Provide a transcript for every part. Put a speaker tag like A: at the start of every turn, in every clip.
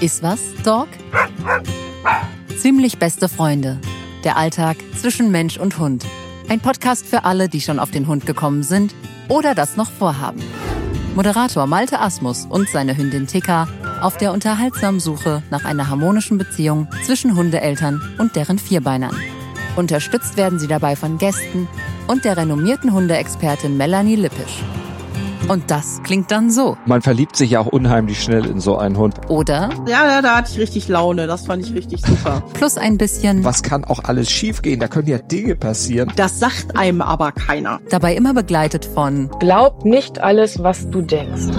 A: Ist was, Dog? Ziemlich beste Freunde. Der Alltag zwischen Mensch und Hund. Ein Podcast für alle, die schon auf den Hund gekommen sind oder das noch vorhaben. Moderator Malte Asmus und seine Hündin Tika auf der unterhaltsamen Suche nach einer harmonischen Beziehung zwischen Hundeeltern und deren Vierbeinern. Unterstützt werden sie dabei von Gästen und der renommierten Hundeexpertin Melanie Lippisch. Und das klingt dann so.
B: Man verliebt sich ja auch unheimlich schnell in so einen Hund.
A: Oder
C: Ja, ja, da hatte ich richtig Laune. Das fand ich richtig super.
A: plus ein bisschen
B: Was kann auch alles schiefgehen? Da können ja Dinge passieren.
C: Das sagt einem aber keiner.
A: dabei immer begleitet von,
D: Glaub nicht alles, was du denkst.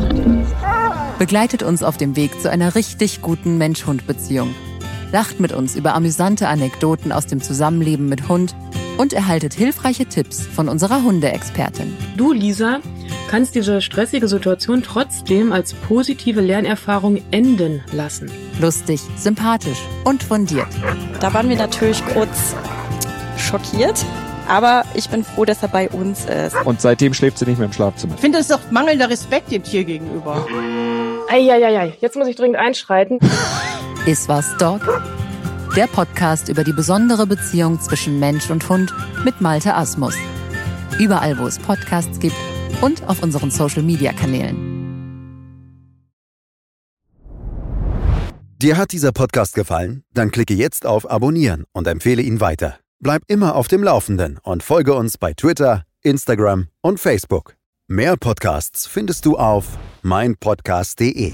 A: begleitet uns auf dem Weg zu einer richtig guten Mensch-Hund-Beziehung. Lacht mit uns über amüsante Anekdoten aus dem Zusammenleben mit Hund und erhaltet hilfreiche Tipps von unserer Hundeexpertin.
D: Du, Lisa, kannst diese stressige Situation trotzdem als positive Lernerfahrung enden lassen.
A: Lustig, sympathisch und fundiert.
E: Da waren wir natürlich kurz schockiert, aber ich bin froh, dass er bei uns ist.
B: Und seitdem schläft sie nicht mehr im Schlafzimmer.
C: Ich finde, das ist doch mangelnder Respekt dem Tier gegenüber.
D: Eieiei, jetzt muss ich dringend einschreiten.
A: Ist was, Dog? Der Podcast über die besondere Beziehung zwischen Mensch und Hund mit Malte Asmus. Überall, wo es Podcasts gibt und auf unseren Social-Media-Kanälen.
F: Dir hat dieser Podcast gefallen? Dann klicke jetzt auf Abonnieren und empfehle ihn weiter. Bleib immer auf dem Laufenden und folge uns bei Twitter, Instagram und Facebook. Mehr Podcasts findest du auf meinpodcast.de.